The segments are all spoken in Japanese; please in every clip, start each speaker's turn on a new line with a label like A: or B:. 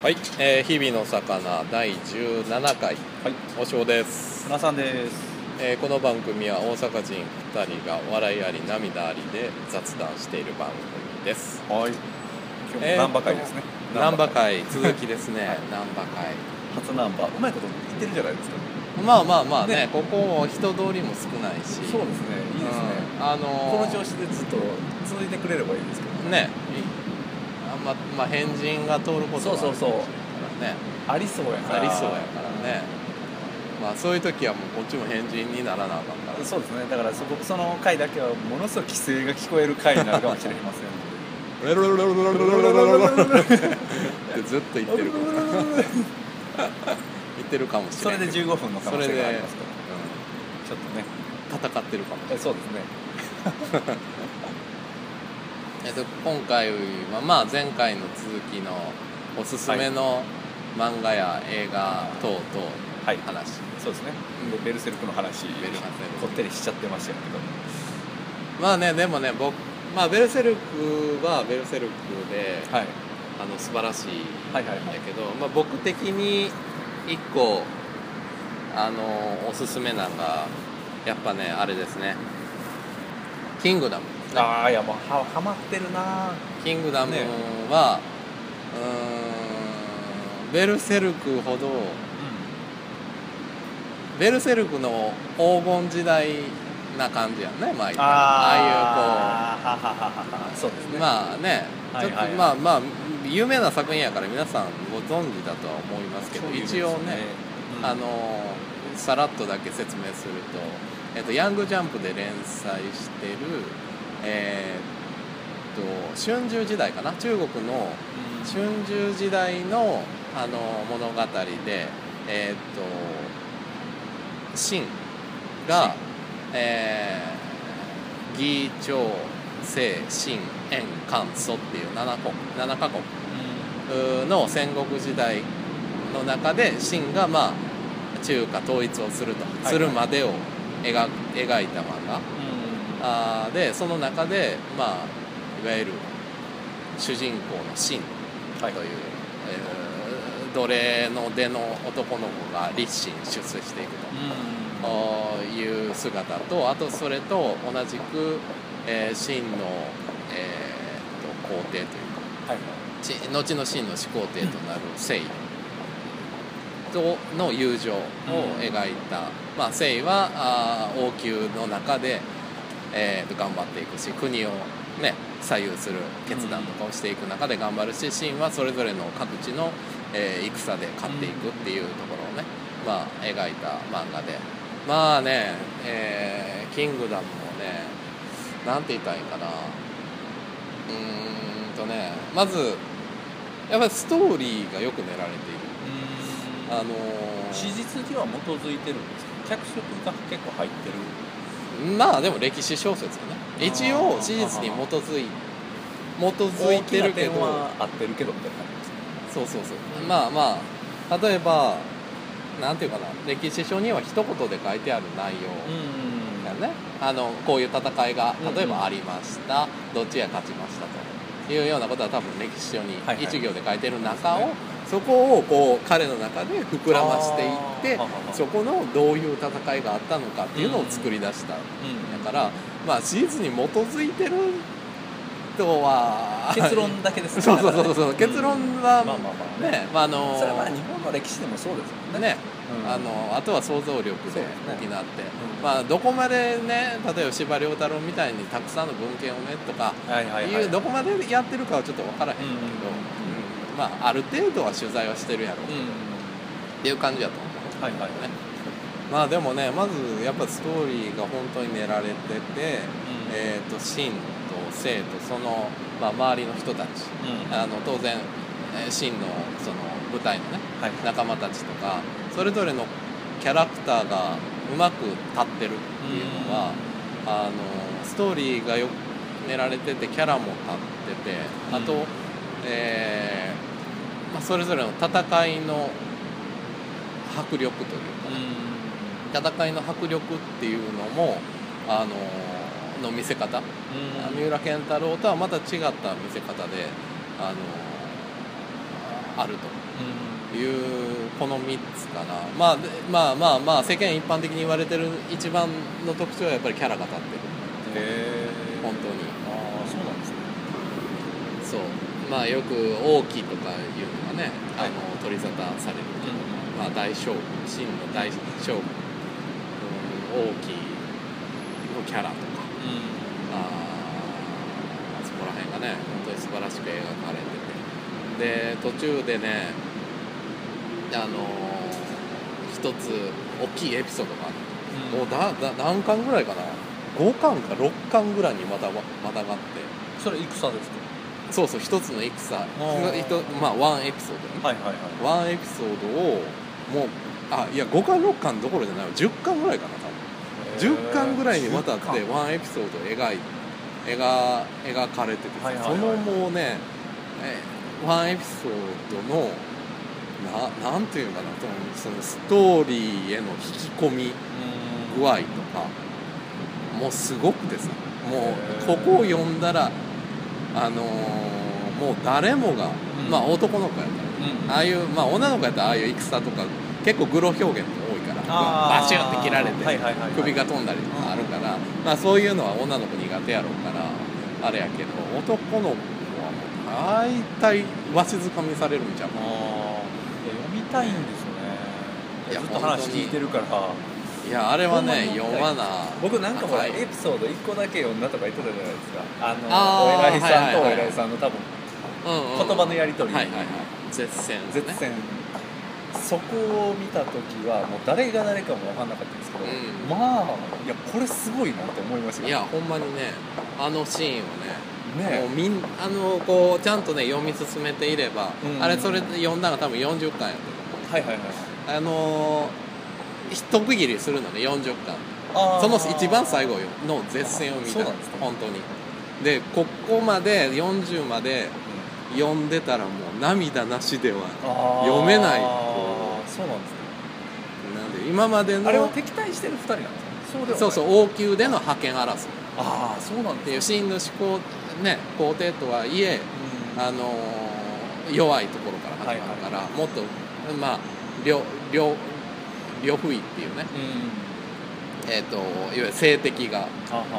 A: はい、えー日々の魚第17回
B: はい、
A: おしょうです、
B: 皆さんです。
A: えーこの番組は大阪人2人が笑いあり涙ありで雑談している番組です
B: はい。今日
A: えー
B: もナンバ会ですね。
A: 難波
B: 会
A: 会続きです ね難波会
B: 初ナンバー。うまいこと言ってるじゃないですか。
A: まあまあまあね
B: ね
A: ここも人通りも少ないし
B: そうですね。いいですね。
A: うんあのー
B: この調子でずっと続いてくれればいいですけど。
A: ねいいあんま、まあ、変人が通ること
B: そ
A: が
B: うそうそう。
A: からね
B: ありそうや
A: あ
B: な。
A: りそうやからねまあそういう時はもうこっちも変人にならなあかんから
B: そうですね。だからそ僕その回だけはものすごく規制が聞こえる回になるかもしれ ません。
A: レロレロレロレロレロレロレロレロってずっと言ってる言ってるかもし
B: そ
A: れな
B: れ
A: い
B: で
A: けど
B: 15分の可能性がありますから。ちょっと
A: う
B: ね。
A: ん戦ってるかも
B: えそうですね。
A: えっと今回はまあ前回の続きのおすすめの漫画や映画等々
B: はい
A: の話
B: そうですね。でベルセルクの話、
A: ベルセルク
B: こってりしちゃってましたけど。
A: まあねでもね僕まあベルセルクはベルセルクで
B: はい。
A: あの素晴らしい
B: はいはい
A: ん
B: は
A: だ
B: い。
A: けど、まあ、僕的に一個あのおすすめなんがやっぱねあれですね「キングダム」
B: ああいやもうははまってるな
A: キングダム
B: ね
A: は、うーんベルセルクほどベルセルクの黄金時代な感じやんねまあああいうこう
B: ああいうこうははははそうですね
A: まあね、
B: はいはいは
A: ちょっ
B: い
A: とまあまあ有名な作品やから皆さんご存知だとは思いますけど一応ね、
B: うん
A: あのーさらっとだけ説明すると、えっと、ヤングジャンプで連載してる、えーっと春秋時代かな中国の
B: うん
A: 春秋時代の、あのー物語で、えーっと秦が、えー、義朝清秦燕漢蘇っていう7国7カ国の戦国時代の中で秦がまあ中華統一をすると、
B: いはい
A: するまでを描く描いた漫画あーでその中でまあいわゆる主人公の秦と
B: はい
A: いう、えー奴隷の出の男の子が立身出世していくと。いう姿とあとそれと同じく、えー秦の、えーと皇帝というか
B: はい
A: ち後の秦の始皇帝となる征夷との友情を描いた、まあ、征夷はあー王宮の中で、えー頑張っていくし国を、ね、左右する決断とかをしていく中で頑張るし秦はそれぞれの各地の、えー戦で勝っていくっていうところをね、まあ、描いた漫画でまあね、えーキングダム」もねなんて言ったらいいかなうーんとねまずやっぱりストーリーがよく練られているあのー
B: 史実には基づいてるんですけど脚色が結構入ってる
A: まあでも歴史小説よ
B: あ
A: ね
B: ー
A: 一応史実に基づい基づいてるけ
B: 大きな点
A: ど
B: は合ってるけどみたいな感じ
A: そうそうそうまあまあ例えばなんていうかな歴史書には一言で書いてある内容、だよねあのこういう戦いが例えばありました、どっちが勝ちましたというようなことは多分歴史書に
B: はいはい
A: 一行で書いてる中を、
B: そうですね
A: そこをこう彼の中で膨らましていって
B: あーははは
A: そこのどういう戦いがあったのかっていうのを作り出した、
B: うん
A: だからまあ史実に基づいてるとは
B: 結論だけです ね
A: そうそうそう
B: だから
A: そう
B: ね
A: 結論は、
B: うんまあまあまあね
A: ね、まあ、あの
B: それはまあ日本の歴史でもそうですもんね
A: ね、
B: うん
A: あのあとは想像力で補っ
B: そう
A: て、
B: ですねうん
A: まあ、どこまでね例えば司馬遼太郎みたいにたくさんの文献をねとか、
B: はいはいいうはい
A: どこまでやってるかはちょっと分からへんけど、
B: うんうんうん
A: まあ、ある程度は取材はしてるやろ
B: う
A: っ
B: ん
A: ていう感じだと思う、
B: はいはいはい
A: ねまあでもねまずやっぱストーリーが本当に練られてて、えー、と秦と生とその、まあ、周りの人たち
B: うん
A: あの当然えー秦のその舞台のね
B: はい
A: 仲間たちとかそれぞれのキャラクターがうまく立ってるっていうのは、あのストーリーがよく練られててキャラも立っててあと、
B: うん
A: えーまあ、それぞれの戦いの迫力というか、
B: う
A: 戦いの迫力っていうのもあのの見せ方
B: ん
A: 三浦健太郎とはまた違った見せ方であのあるというこの3つかな、まあ、でまあまあまあ世間一般的に言われてる一番の特徴はやっぱりキャラが立ってる
B: えー、
A: 本当に
B: ああそうなんですね
A: そうまあよく「王騎」とかいうのがね、
B: はい
A: あの取り沙汰されるけど、まあ、大将軍真の大将軍うん王騎のキャラとか
B: う
A: あーそこら辺がね本当に素晴らしく描かれててで途中でねあのー一つ大きいエピソードがあって
B: ん
A: もうだだ何巻ぐらいかな5巻か6巻ぐらいにまたわまたがって
B: それ戦です
A: そうそう一つの戦
B: ー
A: ひとまあワンエピソードね
B: かはいはいはい
A: ワンエピソードをもうあいや5巻6巻どころじゃないわ10巻ぐらいかな多分10巻ぐらいにわたって
B: 10巻
A: ワンエピソードを描い描描かれててさ、
B: はいはいはい
A: そのもうねえワンエピソードのななんていうのかなそのそのストーリーへの引き込み具合とかもうすごくてさも
B: へ
A: う
B: ー
A: ここを読んだらあのーもう誰もが、
B: うん
A: まあ男の子やったらあ
B: うん
A: あいう、まあ、女の子やったらああいう戦とか結構グロ表現って多いから
B: あー
A: バシュンって切られて
B: はいはいはいはい
A: 首が飛んだりとかあるから、まあ、そういうのは女の子苦手やろうからあれやけど男の子はもう大体わしづかみされるんじゃん
B: あーいや読みたいんです
A: い
B: よね
A: や
B: ずっと話聞いてるから
A: いやあれはね
B: ほ
A: 読
B: んまに
A: まな
B: 僕なんかほら
A: はい
B: エピソード1個だけ読んだとか言ってたじゃないですかあの
A: あー
B: お偉いさんと
A: はい
B: お
A: はいはい
B: 偉いさんの多分
A: うんうん
B: 言葉のやり取り
A: はいはいはい絶戦ですね
B: 絶戦そこを見た時はもう誰が誰かも分かんなかったんですけど、
A: うん
B: まあいやこれすごいなって思いましたよ
A: いやほんまにねあのシーンをねもう
B: ね
A: みんあのこうちゃんとね読み進めていれば、
B: うん
A: あれそれ読んだら多分40巻やったと思う
B: はいはいはい
A: あのー、一区切りするのね40巻
B: あー
A: その一番最後の絶戦を見た
B: そうなんですか
A: 本当にでここまで40まで
B: うん
A: 読んでたらもう涙なしでは
B: あー
A: 読めない
B: そうなんですね
A: なんで今までの
B: あれは敵対してる2人なんですかそうではな
A: そ
B: いう
A: そうう王宮での覇権争い
B: ああそうなん
A: っていう
B: ですね
A: 真の始皇ね皇帝とはいえ
B: うん
A: あのー弱いところから始まるから、もっとまあ両両両不意っていうね、
B: うん
A: えっといわゆる性的が
B: はははは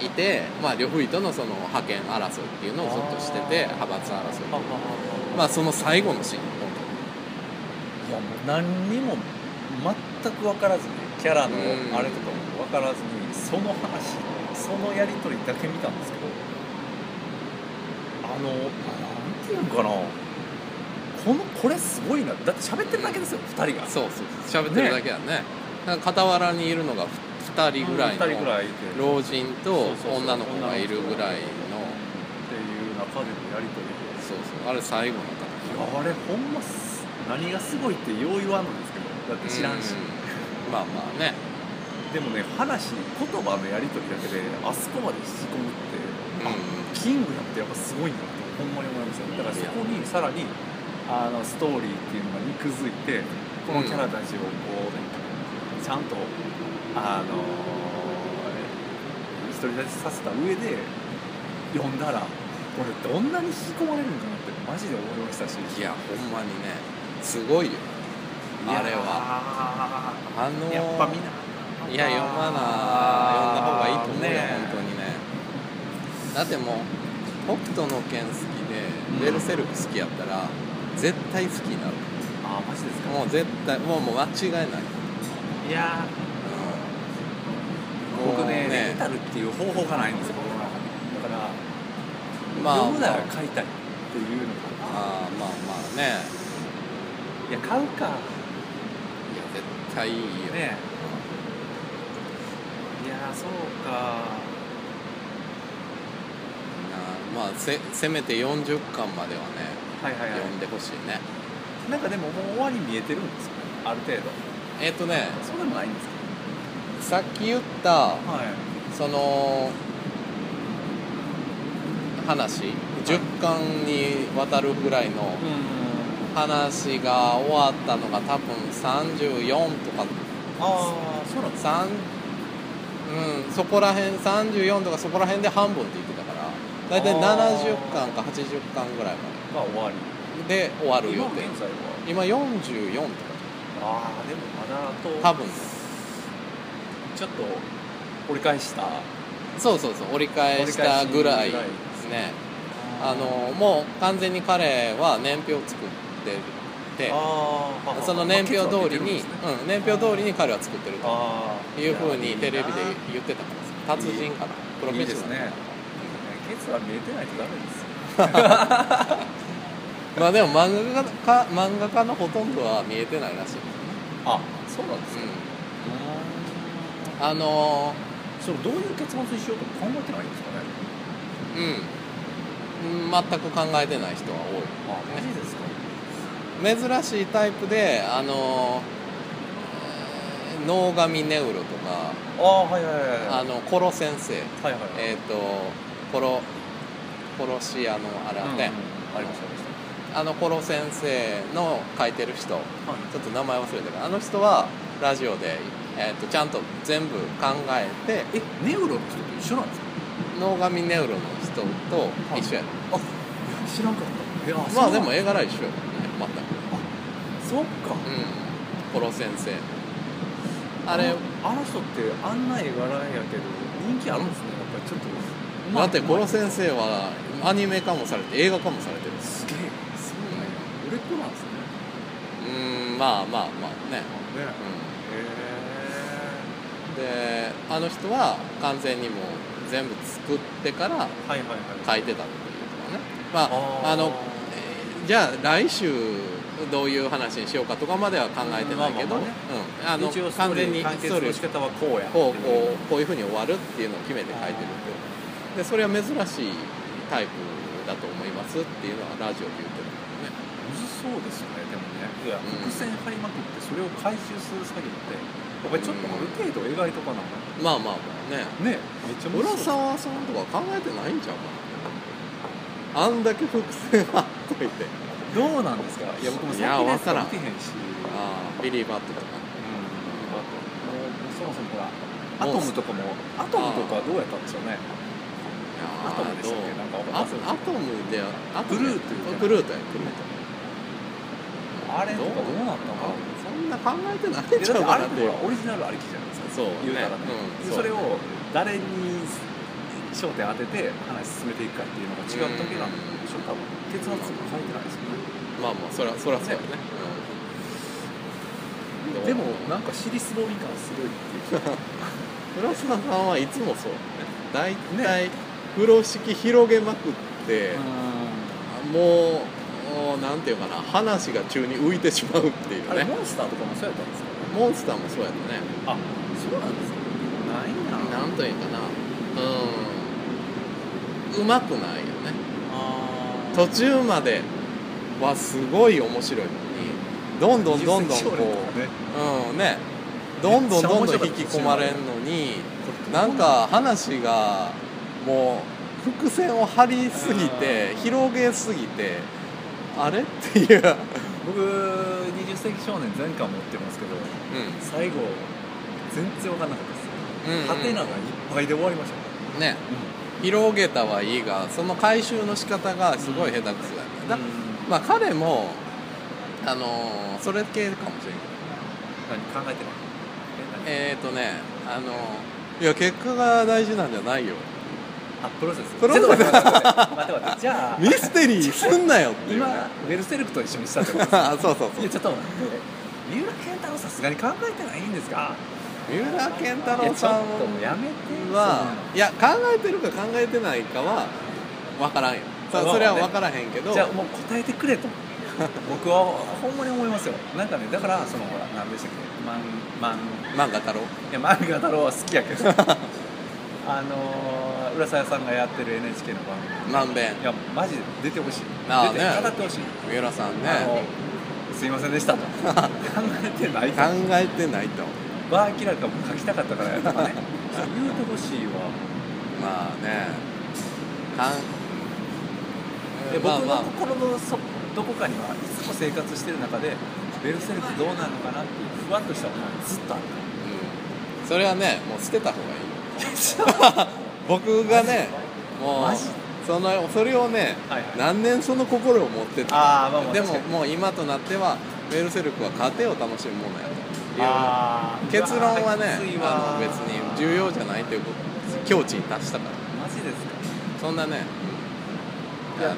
B: い
A: て、まあ、呂不韋とのその覇権争いっていうのをずっとしてて
B: あー
A: 派閥争い
B: ははは
A: まあその最後のシーン
B: いやもう何にも全く分からずにキャラの
A: うん
B: あれとかも分からずにその話そのやり取りだけ見たんですけどあのなんていうのかなこのこれすごいなだって喋ってるだけですよ2人が
A: そうそう喋ってるだけだねなんか傍らにいるのが2人ぐらい
B: 2人ぐ
A: の
B: らいいてっていう
A: 老人と
B: そうそうそう
A: 女の子がいるぐらいの
B: 中でのやり取り
A: そうそうあれ最後の
B: いやあれほんます何がすごいってよう言わんのですけどだっ
A: 戦い
B: て知らんし、
A: うんまあまあね
B: でもね話言葉のやり取りだけであそこまで引き込むって、
A: う
B: キングダムってやっぱすごいんだってほんまに思いますよだからそこにさらにあのストーリーっていうのが肉付いてこのキャラたちをこう、ちゃんとあのー独り立ちさせた上で読んだらこれどんなに引き込まれるんかなってマジで思いましたし
A: んいやほんまにねすごいよ
B: いや
A: あれ
B: は
A: あのー
B: やっぱみんないい
A: や読まな読んだ方がいいと思うよ、本当にねだってもう北斗の拳好き
B: うん
A: でベルセルク好きやったら、絶対好きになる
B: あーマジですか
A: もう絶対もうもう間違いない、うん
B: いや僕ねレンタルっていう方法がないんですよ僕の中にだから、
A: まあ
B: 読むなら買いたいっていうのか
A: あーまあまあね
B: ないや買
A: い
B: うか
A: や絶対いいよ、
B: ねいやそうか
A: なまあせせめて40巻まではね
B: はいはいは
A: 読んでほしいね
B: いなんかでももう終わり見えてるんですよねある程度
A: えっ、とね
B: そうでもないんです
A: さ
B: か
A: っき言った
B: はい
A: その話10巻にわたるぐらいの
B: うん
A: 話が終わったのが多分34とか
B: ああそうなんです
A: 3うんそこら辺34とかそこら辺で半分って言ってたから大体
B: あー
A: 70巻か80巻ぐらいま
B: が終わり
A: でで終わる予定
B: 今現在は
A: 今44とか
B: ああでもまだあと
A: 多分
B: ちょっと折り返した
A: そうそうそう折り返したぐらいですねあのもう完全に彼は年表を作ってて
B: あー
A: その年表通りに、
B: あ
A: うん、年表通りに彼は作ってると
B: あー
A: いうふうにテレビで
B: いや
A: 言ってたんです達人かなプロフェ
B: いい
A: ッ
B: で
A: シ
B: す
A: ョナル
B: ねケツは見えてないとダメですよ
A: まあでも漫画家漫画家のほとんどは見えてないらしいですね、
B: あそうなんですか、
A: う
B: うん
A: ん、あの
B: それどういう結末にしようと考えてないんですかね
A: うんうん全く考えてない人は多い
B: あマジですか
A: 珍しいタイプであのえー脳神ネウロとか
B: ああはいはいはい
A: あのコロ先生
B: はいはい
A: えっ、とコロ殺し屋のあれあって、
B: ありましたありました
A: あのコロ先生の書いてる人
B: はい
A: ちょっと名前忘れたけどあの人はラジオで、えー、とちゃんと全部考えて
B: えネウロの人と一緒なんですか
A: 脳神ネウロの人と一緒やね
B: あ知らんかったいや
A: まあ
B: そう
A: で
B: なん
A: も絵柄一緒やからね
B: そっ
A: 全
B: か
A: くうんコロ先生あれ
B: あの人ってあんな絵柄やけど人気あるんですねやっぱりちょっと
A: だってコロ
B: せ
A: 先生はアニメ化もされて映画化もされてるんです
B: すげえそうなんや売れっ子なんですね
A: うーんまあまあまあね、
B: ねへ
A: う
B: え
A: ん、であの人は完全にもう全部作ってから
B: はいはいはい
A: 書
B: い
A: いてたっていうのはねまああのえーじゃあ来週どういう話にしようかとかまでは考えてないけど
B: うんま
A: うんあの完全に
B: 完
A: ス
B: 結
A: トーリ
B: の仕
A: ー
B: 方はこうや
A: こうこうこういうふうに終わるっていうのを決めて書いてるってでそれは珍しいタイプだと思いますっていうのはラジオで言ってるんだけどね
B: むずそうですねでもねいや
A: うん
B: 伏線張りまくってそれを回収する作業ってやっぱりちょっとある程度描いとかなあか
A: まあまあまあね
B: んねめっちゃむ
A: 浦
B: ずそ
A: 沢
B: う
A: さんとか考えてないんちゃうかなあんだけ伏線張っといて
B: どうなんですかいや僕も
A: いや
B: 最近
A: わからん
B: 見てへんし
A: ああビリー・バットとか
B: もうそもそもほらア
A: もう
B: トムとかもアトムとかどうやったんでしょうねアトムでしたっけなんか
A: あ
B: 忘れた
A: アトムではアトム
B: プル
A: プルー
B: ート言うて
A: トやプルート
B: あれとかどうなったのか
A: あ
B: な
A: そんな考えてない
B: い
A: ん
B: や
A: ちゃう
B: だ
A: か
B: ってあ
A: なってて
B: れっ
A: い
B: ほ
A: う
B: らオリジナルありきじゃないですか
A: そう
B: 言うたらね
A: うん
B: で
A: う
B: それを誰に焦点当てて話進めていくかっていうのが違うだけなんでしょう多分結末書いてないですよね
A: まあまあそらそらそうやねうん
B: でもなんか尻すぼみ感すごいっていうか
A: 浦沢さんはいつもそうだいたい風呂敷広げまくって、もうおなんていうかな話が中に浮いてしまうっていう
B: あれ
A: ね
B: モンスターとかもそうやったんですか
A: モンスターもそうやったね
B: あそうなんですかないな
A: なんというかなうんうまくないよね
B: あ
A: 途中まではすごい面白いのにどんどんどんどんこ
B: う、ね、
A: う、うんね、どんどんどんどん引き込まれんのになんか話がもう伏線を張りすぎて
B: うん
A: 広げすぎてあれっていう、うん、
B: 僕20世紀少年全巻持ってますけど最後全然分かんなかった
A: う
B: です
A: んうん
B: ハテナがいっぱいで終わりましたか
A: ね広げたはいいがその回収の仕方がすごい下手くそだよね、だ
B: らうん
A: まあ彼もあのーそれ系かもしれない
B: 何考えてないえ
A: えっ、ー、とねあのーいや結果が大事なんじゃないよ
B: 何あプロセス
A: プロセス
B: ちょっと待って待って待って待 ってじゃあ
A: ミステリーすんなよっていうね
B: 今ベルセルクと一緒にしたってことですか
A: あ そうそう
B: い
A: そう
B: やちょっと待って三浦健太郎さすがに考えてないんですか
A: 三浦健太
B: いや
A: 郎
B: ちょ
A: さん
B: っともうやめて
A: はいや考えてるか考えてないかは分からんよそ
B: まあ
A: それは分からへんけど
B: じゃあもう答えてくれと僕はほんまに思いますよなんかねだからそのほら何でしたっけマンマン
A: 漫画太郎
B: いや漫画太郎は好きやけど あのー浦沢さんがやってる NHK の番組
A: 漫弁
B: いやマジで出てほしい
A: ああ
B: 出て
A: ね
B: 語ってほしい、
A: 三浦さん
B: あ
A: ね
B: のすいません でしたと考えてない
A: 考
B: と
A: えてないと
B: バーキラかも書きたかったからやとかねそう言うてほしい わ
A: まあねかん
B: で
A: まあ
B: 僕
A: ま
B: の
A: あ
B: 心のそどこかにはいつも生活してる中でベルセルクどうなのかなっていうふわっとした思いがずっ とある
A: うんそれはねもう捨てた方がいい 僕がねも
B: マ
A: う
B: ジ
A: そのそれをね、
B: はいはい
A: 何年その心を持ってた
B: ああまあまあ
A: でも
B: 確かに
A: もう今となってはベルセルクは過程を楽しむものやという
B: あー
A: 結論はね
B: うわーきついわー
A: あの別に重要じゃないということ境地に達したから
B: マジですか
A: そんなね
B: い
A: あ
B: や
A: の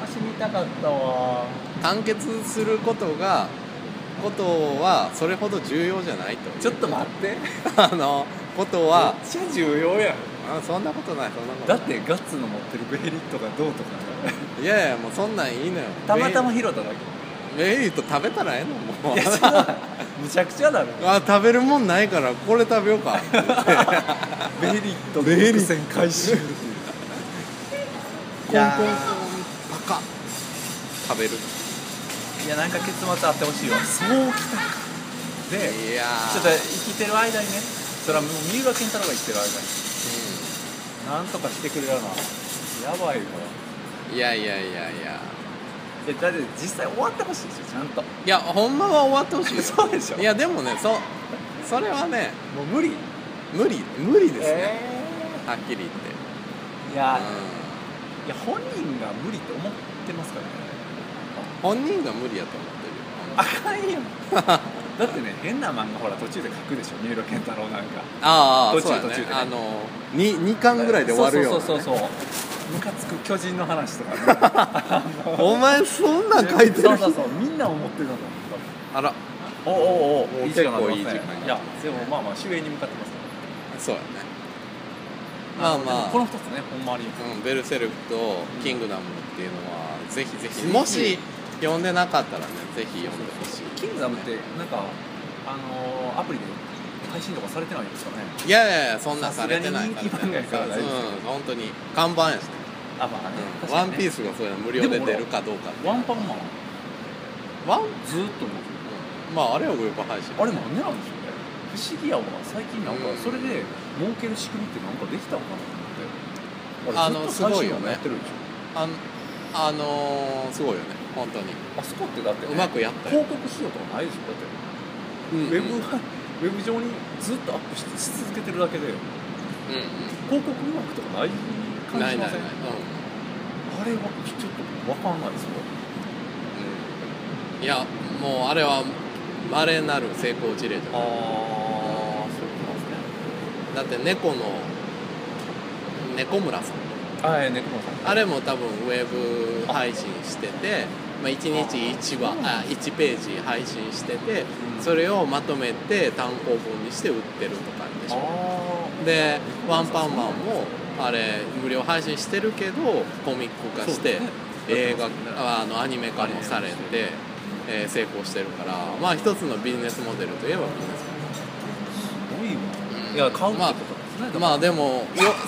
B: 楽しみたかったわ
A: 完結することがことはそれほど重要じゃないという
B: ちょっと待ってめっ
A: あのことは
B: ちゃ重要やん
A: あそんなことないそんなことな
B: だ
A: い
B: ってガッツの持ってるベリットがどうとか
A: いやいやもうそんなんいいのよ
B: たまたま
A: メ
B: 拾っただ
A: イメイリット食べたらええのもう
B: けいや違うむちゃくちゃだろ
A: あ食べるもんないからこれ食べよう か
B: ベリット
A: ベリット
B: 独占回収っていう
A: コンコンコン
B: いや
A: パカ食べる
B: いやなんか結末あってほしいわそうきたかで
A: いやー
B: ちょっと生きてる間にねそれはもう三浦健太郎が生きてる間になんとかしてくれらなやばいわ
A: うんいやいやいやいや
B: いやだって実際終わってほしいでしょちゃんと
A: いやほんまは終わってほしいよ
B: そうでしょ
A: いやでもねそそれはね
B: もう無理
A: 無理無理ですね、
B: え
A: はっきり言って
B: ーいや、
A: う
B: いや本人が無理と思ってますからね
A: ん、本人が無理やと思ってるよ
B: あかんよだってね変な漫画ほら途中で書くでしょ三浦健太郎なんか
A: ああ
B: 途
A: そ
B: 中
A: うやね
B: 途中でね
A: あの 2, 2巻ぐらいで終わるよ、ね、
B: そうそうそうそうムカつく巨人の話と か、ね、
A: お前そんなん書いてる
B: そうそうそうみんな思ってたと思う
A: あら
B: おおお
A: もう
B: いい時間になってますね
A: 結構いい時間に
B: いやでもまあまあ終焉に向かってますね
A: そうやねまあま
B: でも
A: あ
B: この二つねほんまに
A: うん、ベルセルクとキングダムっていうのは、ぜひぜひ
B: ぜひ
A: もし読んでなかったらねぜひ読んでほしい
B: キングダムってなんかあのーアプリで配信とかされてないんですかね
A: いやいやいやそんなんされてない
B: さすがに人気漫画やから
A: うん
B: 大丈夫
A: 本当に看板やしね、
B: あまあね
A: う
B: 確
A: ん
B: か
A: ワ
B: に
A: ン
B: ね
A: ピースがそういうの無料で出るかどうか
B: ワンパンマン
A: ワン、うん
B: ずーっと思って
A: まああれはウェブ配信
B: あれなんでなんでしょうね不思議やわ最近なんか
A: うん
B: それで儲ける仕組みってなんかできたのか
A: あ
B: なと
A: の
B: 思って
A: すごいよね
B: あれずっと最新のやってるでし
A: あんあのー、すごいよね本当に
B: ょあそこってだって
A: う
B: ね
A: まくやったよ、
B: 広告費用とかないでしょだって
A: うんうん
B: ウェブはウェブ上にずっとアップしし続けてるだけで
A: うんうん
B: 広告うまくとかない感
A: ない
B: じし
A: ないない
B: ません、あれはちょっとわかんないですよ
A: うん、いやもうあれは稀なる成功事例じゃ
B: あ
A: ない
B: あそうなんで
A: だって
B: すね
A: 猫の猫村さん
B: あえ猫野さん
A: あれも多分ウェブ配信してて、まあ、1日1話あ1ページ配信してて
B: うん
A: それをまとめて単行本にして売ってるとかでしょ
B: あ
A: でワンパンマンもあれ無料配信してるけどコミック化して、映画あのアニメ化もされて、えー成功してるからまあ一つのビジネスモデルといえばビジネス
B: すごいわ
A: うん
B: いや買うってことで
A: モデ
B: すね
A: ルまあでもよ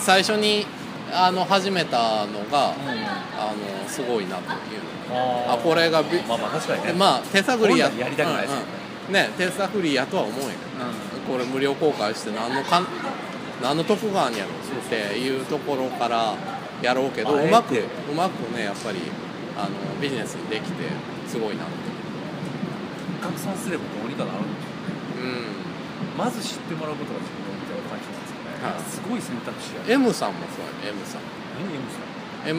A: 最初にあの始めたのが、
B: あ
A: あのすごいなというの
B: ー
A: あこれがび
B: まあまあ確かにね
A: でまあ手探りや
B: こんなんやりたくないですよね
A: うんうんね手探りやとは思うよこれ無料公開して何のかん何の得があんやろっていうところからやろうけど
B: あえ
A: う
B: て
A: まくうまくねやっぱりあのビジネスにできてすごいなって
B: 拡散すればどうにかなるんでし
A: う
B: ょうねまず知ってもらうことが自分の大事なんですよね、
A: はい
B: すごい選択肢や
A: ん M さんもそうやね M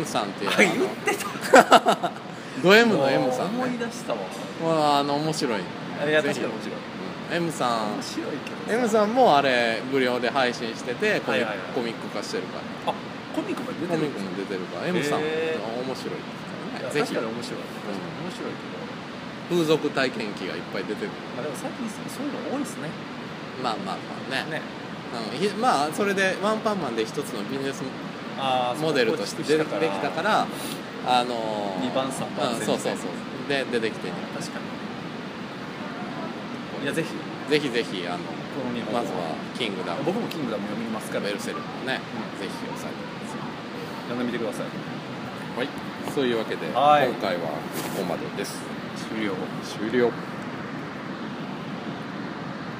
A: さん
B: 何 M さ
A: M さん
B: ん
A: っていうあ
B: あ言
A: の
B: ってた
A: ド M の M さん
B: 思い
A: ね
B: 出したわ
A: まああの面白い
B: いや
A: ぜ
B: 確
A: ひ
B: かに面白い
A: うん M さん M さ
B: 面白いけど
A: んもあれ無料で配信しててコミ,、
B: はいはいはい
A: コミック化してるから
B: あコミックまで出
A: コミ
B: てる
A: ックも出てるから M さんも
B: へ
A: 面白いで
B: いや
A: すからねぜひ
B: 確かに面白い確かに面白いけど、
A: 風俗体験記がいっぱい出てくる
B: まあ、でも最近そういうの多いですね
A: まあまあまあね
B: ね
A: うんひまあそれでワンパンマンで一つのビジネス
B: あ
A: モデルとして出てできたからあのー
B: 二番三番
A: うんそうそうそうで出てきてね
B: 確かにいやぜひこ
A: ぜひぜひあの
B: の2
A: ま
B: 本
A: ずは「キングダム」
B: 僕もキングダム読みますから
A: ベルセルク」もね
B: う
A: ぜ
B: ん
A: ひおさ
B: 読んでみてください
A: えはいそういうわけで今
B: はい
A: 回はここまでです
B: 終了
A: 終了